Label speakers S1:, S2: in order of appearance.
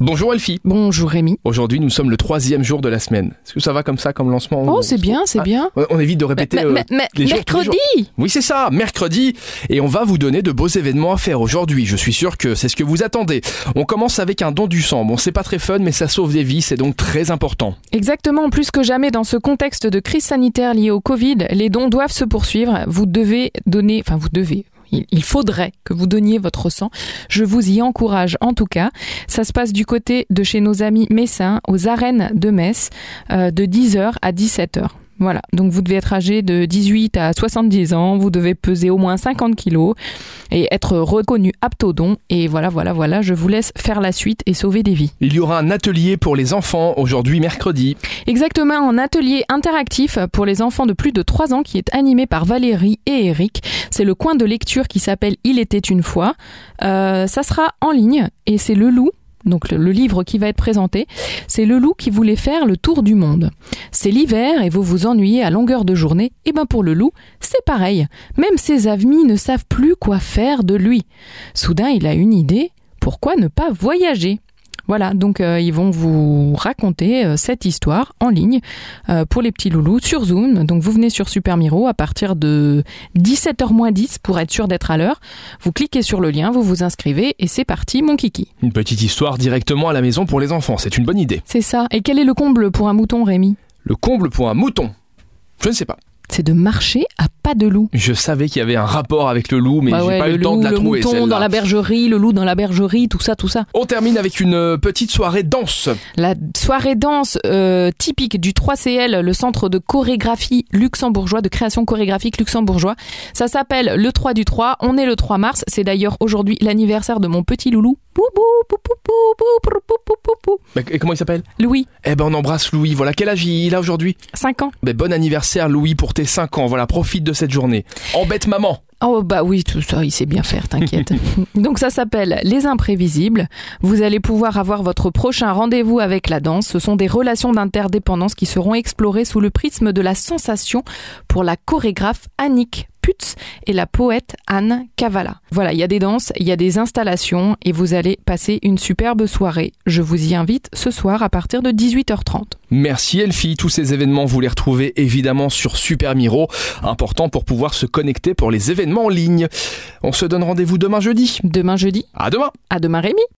S1: Bonjour Elfie.
S2: Bonjour Rémi.
S1: Aujourd'hui, nous sommes le troisième jour de la semaine. Est-ce que ça va comme ça, comme lancement
S2: Oh,
S1: On-
S2: c'est bien, c'est
S1: Ah,
S2: bien.
S1: On on évite de répéter.
S2: Mais-
S1: euh,
S2: mais- mais-
S1: les jours, tous les jours.
S2: mercredi
S1: Oui, c'est ça, mercredi. Et on va vous donner de beaux événements à faire aujourd'hui. Je suis sûr que c'est ce que vous attendez. On commence avec un don du sang. Bon, c'est pas très fun, mais ça sauve des vies. C'est donc très important.
S2: Exactement, plus que jamais dans ce contexte de crise sanitaire liée au Covid, les dons doivent se poursuivre. Vous devez donner, enfin vous devez. Il il faudrait que vous donniez votre sang. Je vous y encourage en tout cas. Ça se passe du côté de chez nos amis messins, aux arènes de Metz, euh, de 10h à 17h. Voilà, donc vous devez être âgé de 18 à 70 ans, vous devez peser au moins 50 kilos et être reconnu apte au don. Et voilà, voilà, voilà, je vous laisse faire la suite et sauver des vies.
S1: Il y aura un atelier pour les enfants aujourd'hui, mercredi.
S2: Exactement, un atelier interactif pour les enfants de plus de 3 ans qui est animé par Valérie et Eric. C'est le coin de lecture qui s'appelle Il était une fois. Euh, ça sera en ligne et c'est Le Loup. Donc le, le livre qui va être présenté, c'est Le Loup qui voulait faire le tour du monde. C'est l'hiver et vous vous ennuyez à longueur de journée. Et ben pour Le Loup, c'est pareil. Même ses amis ne savent plus quoi faire de lui. Soudain, il a une idée. Pourquoi ne pas voyager voilà, donc euh, ils vont vous raconter euh, cette histoire en ligne euh, pour les petits loulous sur Zoom. Donc vous venez sur Super Miro à partir de 17h-10 pour être sûr d'être à l'heure. Vous cliquez sur le lien, vous vous inscrivez et c'est parti mon kiki.
S1: Une petite histoire directement à la maison pour les enfants. C'est une bonne idée.
S2: C'est ça. Et quel est le comble pour un mouton Rémi
S1: Le comble pour un mouton. Je ne sais pas.
S2: C'est de marcher à pas de loup.
S1: Je savais qu'il y avait un rapport avec le loup, mais
S2: Bah
S1: j'ai
S2: ouais,
S1: pas eu
S2: le
S1: le temps
S2: loup,
S1: de la
S2: le
S1: trouver.
S2: mouton
S1: celle-là.
S2: dans la bergerie, le loup dans la bergerie, tout ça, tout ça.
S1: On termine avec une euh, petite soirée danse.
S2: La soirée danse euh, typique du 3CL, le centre de chorégraphie luxembourgeois, de création chorégraphique luxembourgeois. Ça s'appelle le 3 du 3. On est le 3 mars. C'est d'ailleurs aujourd'hui l'anniversaire de mon petit loulou. Pou, pou, pou, pou, pou, pou, pou, pou, pou, pou, pou.
S1: Bah, Et comment il s'appelle
S2: Louis,
S1: Eh ben on embrasse Louis, voilà quel âge il a aujourd'hui
S2: 5 ans.
S1: ben, Bon anniversaire Louis pour tes 5 ans, voilà profite de cette journée. Embête maman
S2: Oh bah oui, tout ça, il sait bien faire, t'inquiète. Donc ça s'appelle Les Imprévisibles. Vous allez pouvoir avoir votre prochain rendez-vous avec la danse. Ce sont des relations d'interdépendance qui seront explorées sous le prisme de la sensation pour la chorégraphe Annick Putz et la poète Anne Cavala. Voilà, il y a des danses, il y a des installations et vous allez passer une superbe soirée. Je vous y invite ce soir à partir de 18h30.
S1: Merci Elfie, tous ces événements vous les retrouvez évidemment sur Super Miro, important pour pouvoir se connecter pour les événements en ligne. On se donne rendez-vous demain jeudi.
S2: Demain jeudi,
S1: À demain
S2: à demain Rémi